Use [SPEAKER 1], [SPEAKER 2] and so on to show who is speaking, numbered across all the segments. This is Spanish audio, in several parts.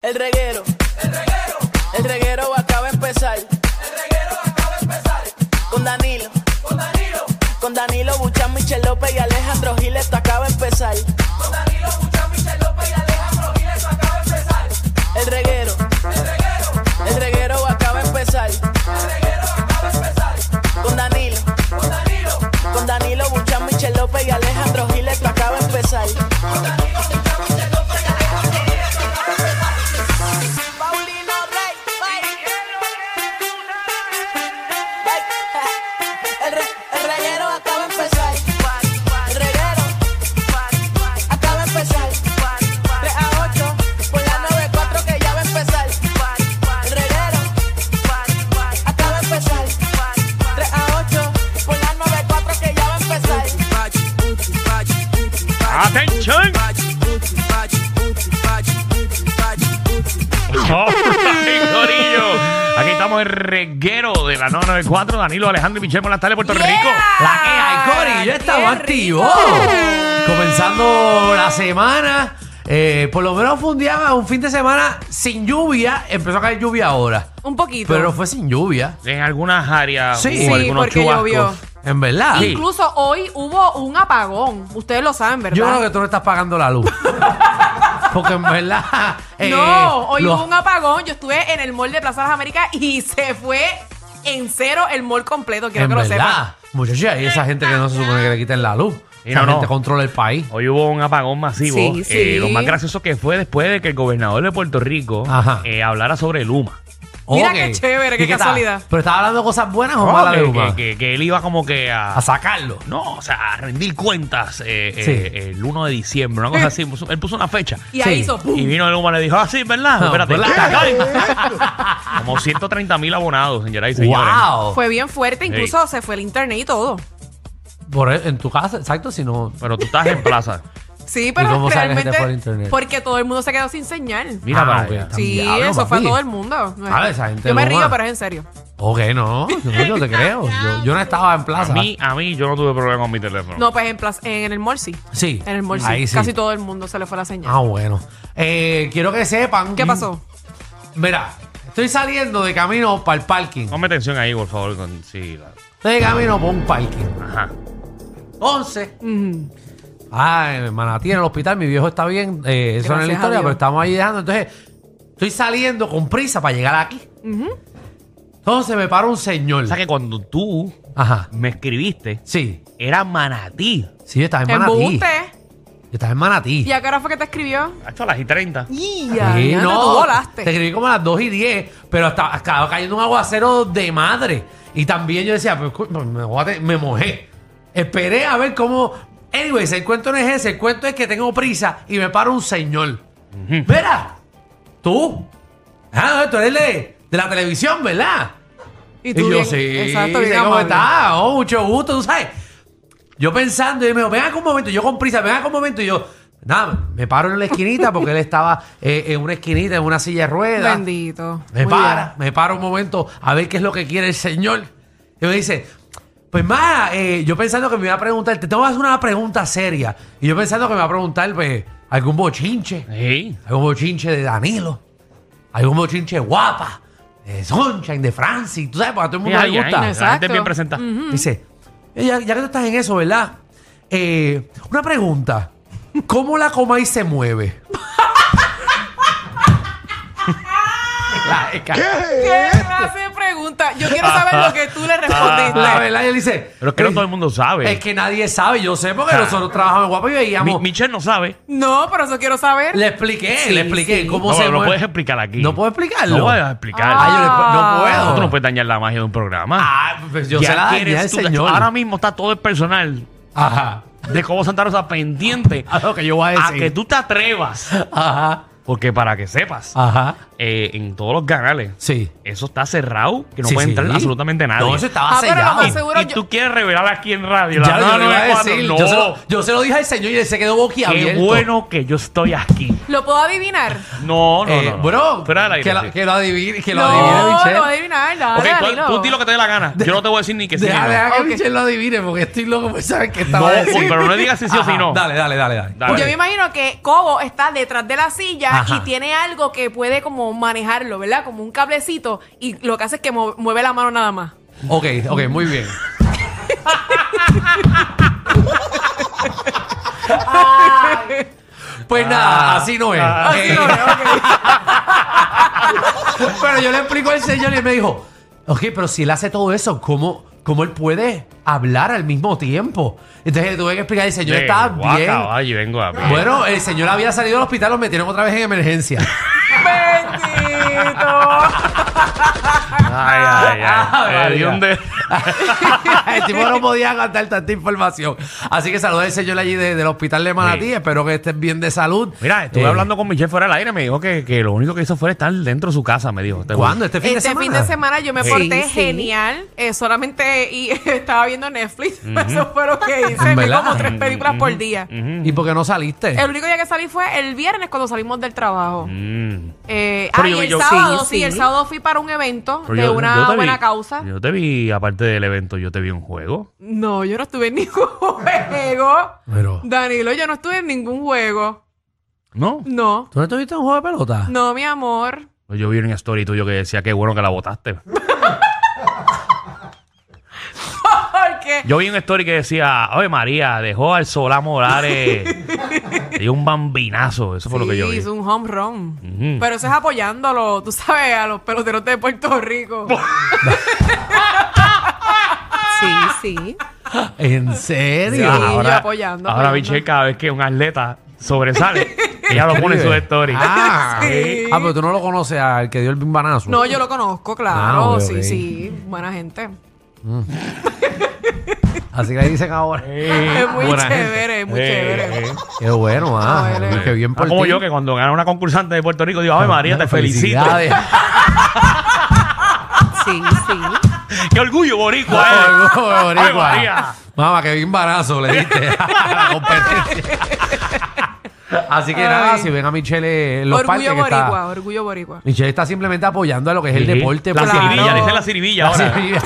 [SPEAKER 1] El reguero. El reguero. El reguero acaba de empezar. El reguero acaba de empezar. Con Danilo. Con Danilo. Con Danilo Buchan, Michel López y Alejandro Giles, esto acaba de empezar. Con Danilo Buchan, Michel López y Alejandro Giles, esto acaba de empezar. El reguero. El reguero. El reguero acaba de empezar. El reguero acaba de empezar. Con Danilo. Con Danilo. Con Danilo Buchan, Michel López y Alejandro Giles, esto acaba de empezar. Paulino Rey, El, re- el reguero acaba de empezar. El reguero acaba de empezar. 3 a 8 por la 94 que ya va a empezar. El reguero acaba de empezar. 3 a 8 por la 94 que ya va a empezar.
[SPEAKER 2] ¡Atención! Oh, ay, corillo. Aquí estamos el reguero de la 994, Danilo Alejandro y Michelle por las tardes, Puerto Rico.
[SPEAKER 3] La que hay, Cori, yo estaba activo. Comenzando la semana. eh, por lo menos fue un día, más, un fin de semana sin lluvia. Empezó a caer lluvia ahora.
[SPEAKER 4] Un poquito.
[SPEAKER 3] Pero fue sin lluvia.
[SPEAKER 2] En algunas áreas
[SPEAKER 3] Sí.
[SPEAKER 2] hubo
[SPEAKER 3] Sí,
[SPEAKER 2] algunos
[SPEAKER 4] porque
[SPEAKER 2] chubascos.
[SPEAKER 4] llovió.
[SPEAKER 3] En verdad.
[SPEAKER 2] Sí.
[SPEAKER 4] Incluso hoy hubo un apagón. Ustedes lo saben, ¿verdad?
[SPEAKER 3] Yo creo que tú no estás pagando la luz. Porque en verdad. eh,
[SPEAKER 4] no, hoy
[SPEAKER 3] los-
[SPEAKER 4] hubo un apagón. Yo estuve en el mall de Plaza de las Américas y se fue en cero el mall completo. Quiero
[SPEAKER 3] En
[SPEAKER 4] que lo sepan.
[SPEAKER 3] verdad. Muchachos, hay esa gente que no se supone que le quiten la luz.
[SPEAKER 2] Y
[SPEAKER 3] esa
[SPEAKER 2] no, no.
[SPEAKER 3] gente controla el país.
[SPEAKER 2] Hoy hubo un apagón masivo.
[SPEAKER 4] Sí,
[SPEAKER 2] Eh,
[SPEAKER 4] sí.
[SPEAKER 2] lo más gracioso que fue después de que el gobernador de Puerto Rico
[SPEAKER 3] Ajá.
[SPEAKER 2] eh, hablara sobre Luma.
[SPEAKER 4] Mira
[SPEAKER 3] Ok.
[SPEAKER 4] qué chévere,
[SPEAKER 3] ¿Y
[SPEAKER 4] qué
[SPEAKER 3] tal?
[SPEAKER 4] casualidad.
[SPEAKER 3] Pero estaba hablando de cosas buenas o
[SPEAKER 2] No,
[SPEAKER 3] malas de
[SPEAKER 2] que,
[SPEAKER 3] Luma?
[SPEAKER 2] que- Eh, que- que él iba como que a...
[SPEAKER 3] A sacarlo.
[SPEAKER 2] no, o sea, a rendir cuentas eh,
[SPEAKER 3] Sí.
[SPEAKER 2] eh, el 1 de diciembre, una cosa así. Puso- Él puso una fecha.
[SPEAKER 4] Y ahí
[SPEAKER 3] Sí.
[SPEAKER 4] hizo ¡pum!
[SPEAKER 2] Y vino Luma y le dijo, ah, sí, ¿verdad?
[SPEAKER 3] No,
[SPEAKER 2] Espérate,
[SPEAKER 3] ¿verdad?
[SPEAKER 2] acá hay Como 130 mil abonados, señora y señores.
[SPEAKER 3] ¡Wow!
[SPEAKER 4] Fue bien fuerte. Incluso se fue el internet y todo.
[SPEAKER 3] Por e- en tu casa, exacto, si no.
[SPEAKER 2] Pero tú estás en plaza.
[SPEAKER 4] Sí,
[SPEAKER 3] ¿Y
[SPEAKER 4] pero
[SPEAKER 3] cómo saben que te
[SPEAKER 4] realmente.
[SPEAKER 3] fue el internet?
[SPEAKER 4] Porque todo el mundo se quedó sin señal.
[SPEAKER 2] Mira,
[SPEAKER 3] Ah,
[SPEAKER 2] para
[SPEAKER 3] ok,
[SPEAKER 2] allá.
[SPEAKER 3] tan
[SPEAKER 4] Sí,
[SPEAKER 3] diablo,
[SPEAKER 4] eso fue a
[SPEAKER 3] papi.
[SPEAKER 4] todo el mundo.
[SPEAKER 3] A ver, esa gente
[SPEAKER 4] Yo me
[SPEAKER 3] lo
[SPEAKER 4] río,
[SPEAKER 3] ama.
[SPEAKER 4] pero es en serio.
[SPEAKER 3] Ok, no, yo, yo te creo. Yo, yo no estaba en
[SPEAKER 2] A
[SPEAKER 3] plaza.
[SPEAKER 2] mí, a mí yo no tuve problema con mi teléfono.
[SPEAKER 4] No, pues en, plaza- en el mall sí.
[SPEAKER 3] Sí.
[SPEAKER 4] En el mall sí.
[SPEAKER 3] Ahí sí.
[SPEAKER 4] Casi todo el mundo se le fue la señal.
[SPEAKER 3] Ah, bueno. Eh, quiero que sepan.
[SPEAKER 4] ¿Qué pasó?
[SPEAKER 3] Mira, estoy saliendo de camino para el parking.
[SPEAKER 2] Ponme tensión ahí, por favor. Con, sí, la-
[SPEAKER 3] Estoy de camino para un parking.
[SPEAKER 2] ajá.
[SPEAKER 3] 11.
[SPEAKER 4] Ujú.
[SPEAKER 3] Ah, en Manatí, en el hospital, mi viejo está bien. eh, eso no
[SPEAKER 4] Gracias
[SPEAKER 3] es la
[SPEAKER 4] a
[SPEAKER 3] historia,
[SPEAKER 4] Dios.
[SPEAKER 3] pero estamos ahí dejando. Entonces, estoy saliendo con prisa para llegar aquí. Entonces me para un señor.
[SPEAKER 2] O sea que cuando tú
[SPEAKER 3] Ajá.
[SPEAKER 2] me escribiste,
[SPEAKER 3] Sí.
[SPEAKER 2] era manatí.
[SPEAKER 3] Sí, yo estaba en Manatí.
[SPEAKER 4] Embuste.
[SPEAKER 3] Yo estaba en Manatí.
[SPEAKER 4] ¿Y a qué hora fue que te escribió?
[SPEAKER 2] Hasta las y 30.
[SPEAKER 4] Y
[SPEAKER 3] Sí,
[SPEAKER 4] no, tú volaste.
[SPEAKER 3] Te escribí como a las 2 y 10, pero hasta acaba cayendo un aguacero de madre. Y también yo decía, pues, cu- me, voy a te- me mojé. Esperé a ver cómo. Anyways, el cuento no es ese, el cuento es que tengo prisa y me para un señor. Mira, tú. Ah, tú eres de, de la televisión, ¿verdad?
[SPEAKER 4] Y tú bien- Exacto, bien
[SPEAKER 3] dice, ¿Cómo
[SPEAKER 4] amable.
[SPEAKER 3] estás? Oh, mucho gusto, tú sabes. Yo pensando, y él me dijo, ven acá un momento, yo con prisa, ven acá un momento, y yo, nada, me paro en la esquinita porque él estaba eh, en una esquinita, en una silla de ruedas.
[SPEAKER 4] Bendito.
[SPEAKER 3] Me
[SPEAKER 4] Muy
[SPEAKER 3] para, me paro un momento a ver qué es lo que quiere el señor. Y me dice, pues ma, eh, yo pensando que me iba a preguntar, te tengo que hacer una pregunta seria. Y yo pensando que me va a preguntar, pues, algún bochinche.
[SPEAKER 2] Sí.
[SPEAKER 3] Hay un bochinche de Danilo. Hay un bochinche guapa. De Sunshine, de Francis. Tú sabes, porque a todo el mundo
[SPEAKER 2] Mira,
[SPEAKER 3] le
[SPEAKER 2] ya,
[SPEAKER 3] gusta.
[SPEAKER 2] ya, La gente
[SPEAKER 4] Exacto.
[SPEAKER 2] es bien presentada.
[SPEAKER 3] Dice, "Eh, ya, ya que tú estás en eso, ¿verdad? Eh, una pregunta. ¿Cómo la coma y se mueve? la,
[SPEAKER 4] bien. ¿Qué clase de pregunta? Yo quiero saber lo que tú
[SPEAKER 3] Ah,
[SPEAKER 4] le respondiste.
[SPEAKER 3] la verdad, él dice...
[SPEAKER 2] Ah. Pero es que no
[SPEAKER 3] "Eh,
[SPEAKER 2] todo el mundo sabe.
[SPEAKER 3] Es que nadie sabe. Yo sé porque
[SPEAKER 2] Ah.
[SPEAKER 3] nosotros trabajamos en guapo y
[SPEAKER 2] Mi-
[SPEAKER 3] veíamos...
[SPEAKER 2] Michelle no sabe.
[SPEAKER 4] No, pero eso quiero saber.
[SPEAKER 3] Le expliqué,
[SPEAKER 4] Sí,
[SPEAKER 3] le expliqué
[SPEAKER 4] sí.
[SPEAKER 3] cómo
[SPEAKER 2] No,
[SPEAKER 3] se
[SPEAKER 2] pero no
[SPEAKER 3] mueve.
[SPEAKER 2] puedes explicar aquí.
[SPEAKER 3] No puedo explicarlo.
[SPEAKER 2] No puedes explicar.
[SPEAKER 3] Ah, yo le- no
[SPEAKER 4] Ah.
[SPEAKER 3] puedo.
[SPEAKER 2] Tú no puedes dañar la magia de un programa.
[SPEAKER 3] Ah, pues yo se la dañé
[SPEAKER 2] quieres
[SPEAKER 3] al
[SPEAKER 2] tú-
[SPEAKER 3] señor.
[SPEAKER 2] Ahora mismo está todo el personal
[SPEAKER 3] Ajá.
[SPEAKER 2] de Cobo Santa Rosa pendiente
[SPEAKER 3] A lo que yo voy a
[SPEAKER 2] a
[SPEAKER 3] decir.
[SPEAKER 2] que tú te atrevas.
[SPEAKER 3] Ajá.
[SPEAKER 2] Porque para que sepas,
[SPEAKER 3] Ajá.
[SPEAKER 2] eh, en todos los canales,
[SPEAKER 3] Sí.
[SPEAKER 2] eso está cerrado, que no
[SPEAKER 3] Sí,
[SPEAKER 2] puede
[SPEAKER 3] sí.
[SPEAKER 2] entrar absolutamente nadie.
[SPEAKER 3] No, eso estaba
[SPEAKER 4] Ah, pero lo
[SPEAKER 3] sellado.
[SPEAKER 4] más seguro-
[SPEAKER 2] y
[SPEAKER 4] yo-
[SPEAKER 2] tú quieres revelar aquí en radio.
[SPEAKER 3] Ya,
[SPEAKER 2] la
[SPEAKER 3] yo, le iba a
[SPEAKER 2] 994,
[SPEAKER 3] decir,
[SPEAKER 2] no.
[SPEAKER 3] yo, se lo, yo se lo dije al señor y él se quedó
[SPEAKER 2] Qué
[SPEAKER 3] boquiabierto.
[SPEAKER 2] bueno que yo estoy aquí.
[SPEAKER 4] ¿Lo puedo adivinar?
[SPEAKER 2] No, no,
[SPEAKER 3] Eh,
[SPEAKER 2] no, no.
[SPEAKER 3] Bro,
[SPEAKER 2] Fuera del aire,
[SPEAKER 3] que,
[SPEAKER 2] sí.
[SPEAKER 3] la- que lo adivine, que lo
[SPEAKER 4] no,
[SPEAKER 3] adivine, Michelle.
[SPEAKER 4] lo voy a adivinar.
[SPEAKER 2] Ok,
[SPEAKER 4] Dale,
[SPEAKER 2] tú,
[SPEAKER 4] dilo.
[SPEAKER 2] tú di lo que te dé la gana. Yo no te voy a decir ni que sí. ni
[SPEAKER 3] Deja,
[SPEAKER 2] no.
[SPEAKER 3] deja que
[SPEAKER 4] Ok.
[SPEAKER 3] Michelle lo adivine, porque estoy loco por saber qué
[SPEAKER 2] No,
[SPEAKER 3] estaba diciendo.
[SPEAKER 2] pero no le digas si sí o si
[SPEAKER 3] Ajá,
[SPEAKER 2] no.
[SPEAKER 3] Dale, dale, dale. dale.
[SPEAKER 2] Dale.
[SPEAKER 3] Pues,
[SPEAKER 4] Yo me imagino que Cobo está detrás de la silla
[SPEAKER 3] Ajá.
[SPEAKER 4] y tiene algo que puede como manejarlo, ¿verdad? Como un cablecito y lo que hace es que mo- mueve la mano nada más.
[SPEAKER 3] Ok, ok, muy bien. Pues nada, así no es.
[SPEAKER 2] Ah.
[SPEAKER 4] Así lo veo, ok.
[SPEAKER 3] Pero yo le explico al señor y él me dijo, ok, pero si él hace todo eso, ¿cómo, cómo él puede hablar al mismo tiempo? Entonces le tuve que explicar, el señor
[SPEAKER 2] Eh,
[SPEAKER 3] estaba
[SPEAKER 2] guaca,
[SPEAKER 3] bien.
[SPEAKER 2] vaya, vengo a
[SPEAKER 3] Bueno, el señor había salido del hospital, lo metieron otra vez en emergencia.
[SPEAKER 4] ¡Bendito!
[SPEAKER 2] Ay, ay,
[SPEAKER 3] Ah,
[SPEAKER 2] ay. Eh,
[SPEAKER 3] María.
[SPEAKER 2] ¿de dónde?
[SPEAKER 3] el tipo no podía aguantar tanta información. Así que saludé al señor allí de- del hospital de Manatí.
[SPEAKER 2] Sí.
[SPEAKER 3] Espero que estés bien de salud.
[SPEAKER 2] Mira, estuve
[SPEAKER 3] Eh,
[SPEAKER 2] hablando con Michelle fuera del aire. Me dijo que, que lo único que hizo fue estar dentro de su casa, me dijo. Te voy.
[SPEAKER 3] ¿Cuándo? ¿Este fin de
[SPEAKER 4] Este
[SPEAKER 3] semana?
[SPEAKER 4] fin de semana yo me
[SPEAKER 2] Sí,
[SPEAKER 4] porté
[SPEAKER 5] sí.
[SPEAKER 4] genial. eh, solamente y, estaba viendo Netflix. Eso fue lo que hice. Vi
[SPEAKER 3] ¿Verdad?
[SPEAKER 4] como tres
[SPEAKER 2] Mm,
[SPEAKER 4] películas por día.
[SPEAKER 2] Ujú.
[SPEAKER 3] ¿Y por qué no saliste?
[SPEAKER 4] El único día que salí fue el viernes cuando salimos del trabajo.
[SPEAKER 2] Mm.
[SPEAKER 4] Eh,
[SPEAKER 2] Pero
[SPEAKER 4] ah,
[SPEAKER 2] yo-
[SPEAKER 4] y el
[SPEAKER 2] yo-
[SPEAKER 4] sábado,
[SPEAKER 5] sí,
[SPEAKER 4] sí,
[SPEAKER 5] sí.
[SPEAKER 4] el sábado fui para un evento
[SPEAKER 2] Pero
[SPEAKER 4] de
[SPEAKER 2] yo-
[SPEAKER 4] una
[SPEAKER 2] yo te vi-
[SPEAKER 4] buena causa.
[SPEAKER 2] Yo te vi, aparte del evento, yo te vi un juego.
[SPEAKER 4] No, yo no estuve en ningún juego.
[SPEAKER 3] Pero,
[SPEAKER 4] Danilo, yo no estuve en ningún juego.
[SPEAKER 2] ¿No?
[SPEAKER 4] No,
[SPEAKER 3] ¿tú no estuviste en un juego de pelota?
[SPEAKER 4] no, mi amor.
[SPEAKER 2] Pues Yo vi una story tuyo que decía que bueno que la votaste.
[SPEAKER 4] Porque
[SPEAKER 2] Yo vi una story que decía, oye María, dejó al Solá Morales. y un bambinazo. Eso fue lo que yo vi.
[SPEAKER 4] hizo un home run.
[SPEAKER 2] Ujú.
[SPEAKER 4] Pero eso es apoyándolo, tú sabes, a los peloteros de Puerto Rico.
[SPEAKER 5] Sí, sí.
[SPEAKER 3] ¿En serio?
[SPEAKER 2] Ah,
[SPEAKER 4] yo apoyando,
[SPEAKER 2] ahora
[SPEAKER 4] apoyando.
[SPEAKER 2] Michelle, cada vez que un atleta sobresale, ella lo pone en su story.
[SPEAKER 3] Ah,
[SPEAKER 4] Sí.
[SPEAKER 3] ah, pero tú no lo conoces al que dio el bimbanazo.
[SPEAKER 4] No, yo lo conozco, claro.
[SPEAKER 3] Ah, ok,
[SPEAKER 4] sí,
[SPEAKER 3] ok.
[SPEAKER 4] sí. Buena gente.
[SPEAKER 3] Así que ahí dicen ahora.
[SPEAKER 4] es muy
[SPEAKER 3] buena
[SPEAKER 4] chévere, es muy chévere.
[SPEAKER 2] Eh, eh.
[SPEAKER 3] Qué bueno, ah.
[SPEAKER 4] No, eres-
[SPEAKER 3] Qué bien por
[SPEAKER 2] Ah, como
[SPEAKER 3] ti.
[SPEAKER 2] yo que cuando gana una concursante de Puerto Rico digo, ay María, te felicito.
[SPEAKER 3] Felicidades.
[SPEAKER 5] Sí, sí.
[SPEAKER 2] Qué orgullo boricua. eh.
[SPEAKER 3] Ay, boricua.
[SPEAKER 2] María.
[SPEAKER 3] Mamá, qué bimbanazo le diste a la competencia. Así que nada,
[SPEAKER 4] Ay.
[SPEAKER 3] si ven a Michelle en los parques
[SPEAKER 4] orgullo
[SPEAKER 3] que
[SPEAKER 4] boricua,
[SPEAKER 3] está...
[SPEAKER 4] orgullo boricua.
[SPEAKER 3] Michelle está simplemente apoyando a lo que es el
[SPEAKER 2] Sí.
[SPEAKER 3] deporte.
[SPEAKER 2] La
[SPEAKER 3] porque-
[SPEAKER 2] ciribilla,
[SPEAKER 4] Claro.
[SPEAKER 2] le dicen la ciribilla
[SPEAKER 3] La
[SPEAKER 2] ahora.
[SPEAKER 3] ciribilla.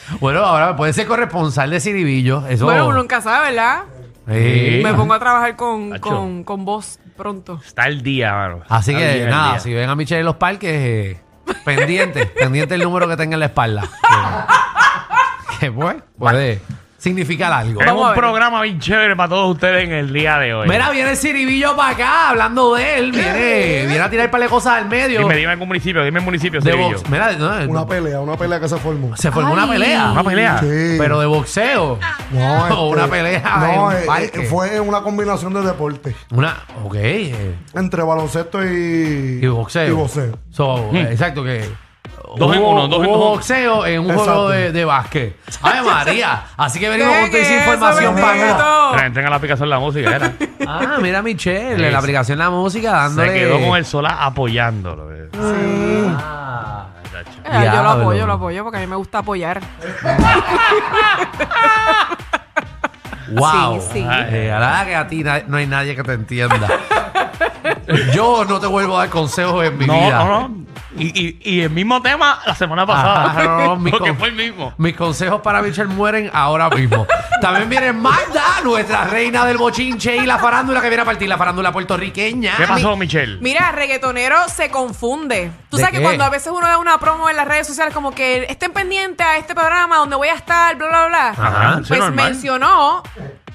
[SPEAKER 3] bueno, ahora puede ser corresponsal de Ciribillo. Eso...
[SPEAKER 4] Bueno, uno nunca sabe, ¿verdad?
[SPEAKER 3] Sí.
[SPEAKER 4] Me pongo a trabajar con,
[SPEAKER 2] Tacho.
[SPEAKER 4] con, con vos pronto.
[SPEAKER 2] Está el día, mano.
[SPEAKER 3] Así
[SPEAKER 2] Está bien
[SPEAKER 3] que
[SPEAKER 2] el
[SPEAKER 3] nada,
[SPEAKER 2] día.
[SPEAKER 3] si ven a Michelle en los parques, eh, pendiente, pendiente el número que tenga en la espalda. Que- que pues, puede significar algo.
[SPEAKER 2] Tenemos
[SPEAKER 4] Vamos a
[SPEAKER 2] un
[SPEAKER 4] ver.
[SPEAKER 2] programa bien chévere para todos ustedes en el día de hoy.
[SPEAKER 3] Mira, viene el Ciribillo para acá, hablando de él, viene, viene a tirar un par de cosas al medio.
[SPEAKER 2] dime, dime algún municipio, dime el municipio,
[SPEAKER 3] de
[SPEAKER 2] Cirillo.
[SPEAKER 3] box. Mira, no,
[SPEAKER 6] Una pelea, una pelea que se formó.
[SPEAKER 3] se formó
[SPEAKER 4] Ay.
[SPEAKER 3] una pelea.
[SPEAKER 2] Una pelea.
[SPEAKER 6] Sí.
[SPEAKER 3] Pero de boxeo.
[SPEAKER 6] No, este,
[SPEAKER 3] O una pelea
[SPEAKER 6] No,
[SPEAKER 3] en un
[SPEAKER 6] eh,
[SPEAKER 3] parque.
[SPEAKER 6] eh, fue una combinación de deportes.
[SPEAKER 3] Una, ok. eh,
[SPEAKER 6] Entre baloncesto y.
[SPEAKER 3] y boxeo.
[SPEAKER 6] Y boxeo.
[SPEAKER 3] So, eh, Exacto, que.
[SPEAKER 2] Hmm. Dos en
[SPEAKER 3] hubo-
[SPEAKER 2] uno, dos en
[SPEAKER 3] hubo
[SPEAKER 2] uno.
[SPEAKER 3] boxeo en un juego
[SPEAKER 6] Exacto.
[SPEAKER 3] de, de básquet. Ay, María. Así que venimos con toda esa
[SPEAKER 4] Dejen eso,
[SPEAKER 3] información para acá.
[SPEAKER 4] bendito.
[SPEAKER 2] Mira, entren a la aplicación de la música, era.
[SPEAKER 3] Ah, mira, Michelle, en
[SPEAKER 2] Sí.
[SPEAKER 3] la aplicación La Música
[SPEAKER 2] Se
[SPEAKER 3] dándole.
[SPEAKER 2] quedó con el sola apoyándolo. eh.
[SPEAKER 3] Ah.
[SPEAKER 2] Tacho.
[SPEAKER 4] Eh, yo lo
[SPEAKER 3] Diablo.
[SPEAKER 4] apoyo, lo apoyo porque a mí me gusta apoyar.
[SPEAKER 3] Wow.
[SPEAKER 5] Sí, sí.
[SPEAKER 3] Eh, a la verdad que a ti na- no hay nadie que te entienda. Yo no te vuelvo a dar consejos en mi
[SPEAKER 2] No,
[SPEAKER 3] vida.
[SPEAKER 2] no, no. Y, y, y el mismo tema la semana pasada.
[SPEAKER 3] Ajá, no, no, mi
[SPEAKER 2] Porque
[SPEAKER 3] con-
[SPEAKER 2] fue el mismo.
[SPEAKER 3] Mis consejos para Michelle mueren ahora mismo. También viene Magda, nuestra reina del bochinche y la farándula que viene a partir, la farándula puertorriqueña.
[SPEAKER 2] ¿Qué pasó, Michelle?
[SPEAKER 4] Mira, reggaetonero se confunde. Tú
[SPEAKER 3] ¿De
[SPEAKER 4] sabes
[SPEAKER 3] qué?
[SPEAKER 4] que cuando a veces uno da una promo en las redes sociales, como que estén pendientes a este programa donde voy a estar, bla, bla, bla.
[SPEAKER 2] Ajá, eso es
[SPEAKER 4] pues
[SPEAKER 2] normal.
[SPEAKER 4] mencionó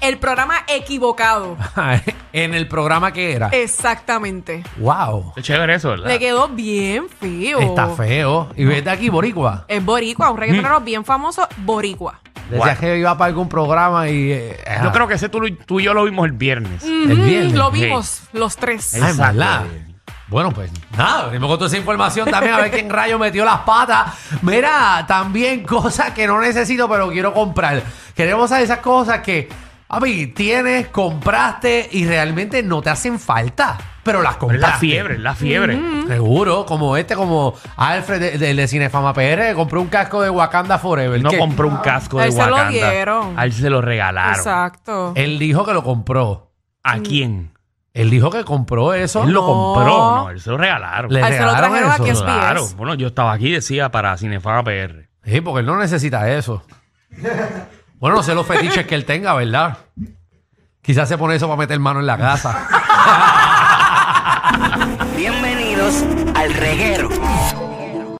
[SPEAKER 4] el programa equivocado.
[SPEAKER 3] en el programa que era.
[SPEAKER 4] Exactamente.
[SPEAKER 3] wow.
[SPEAKER 2] Qué chévere eso, ¿verdad?
[SPEAKER 4] Le quedó bien feo.
[SPEAKER 3] Está feo. Mm. Y vete aquí, Boricua.
[SPEAKER 4] Es boricua, un reggaetonero bien famoso, boricua.
[SPEAKER 2] Wow.
[SPEAKER 3] Decías que iba para algún programa y.
[SPEAKER 2] Yo creo que ese tú, lo- tú y yo lo vimos el viernes.
[SPEAKER 4] Mm.
[SPEAKER 3] El viernes.
[SPEAKER 4] Lo vimos los tres.
[SPEAKER 3] Ah, en
[SPEAKER 2] Exacto.
[SPEAKER 3] verdad. Bueno, pues nada, venimos con toda esa información también a ver quién rayo metió las patas. Mira, también cosas que no necesito, pero quiero comprar. Queremos saber esas cosas que, papi, tienes, compraste y realmente no te hacen falta, pero las
[SPEAKER 2] Pero es
[SPEAKER 3] compraste. Mm.
[SPEAKER 2] la fiebre, es la fiebre.
[SPEAKER 4] Mm.
[SPEAKER 3] Seguro, como este, como Alfred de, de- de Cinefama PR, compró un casco de Wakanda Forever.
[SPEAKER 2] No
[SPEAKER 3] que
[SPEAKER 2] compró un casco
[SPEAKER 4] A
[SPEAKER 2] de
[SPEAKER 4] él se lo
[SPEAKER 2] Wakanda.
[SPEAKER 4] dieron.
[SPEAKER 2] A él se lo regalaron.
[SPEAKER 4] Exacto.
[SPEAKER 3] Él dijo que lo compró.
[SPEAKER 2] ¿A quién?
[SPEAKER 3] Él dijo que compró eso.
[SPEAKER 2] Él lo
[SPEAKER 4] No.
[SPEAKER 2] compró, no, él se lo regalaron.
[SPEAKER 3] Le
[SPEAKER 4] Ah, se lo
[SPEAKER 3] regalaron
[SPEAKER 4] trajeron
[SPEAKER 3] eso.
[SPEAKER 4] aquí a SBS.
[SPEAKER 2] Claro, bueno, yo estaba aquí, decía, para Cinefama PR.
[SPEAKER 3] Sí, porque él no necesita eso. Bueno, no sé los fetiches que él tenga, ¿verdad? Quizás se pone eso para meter mano en la casa.
[SPEAKER 1] Bienvenidos al reguero.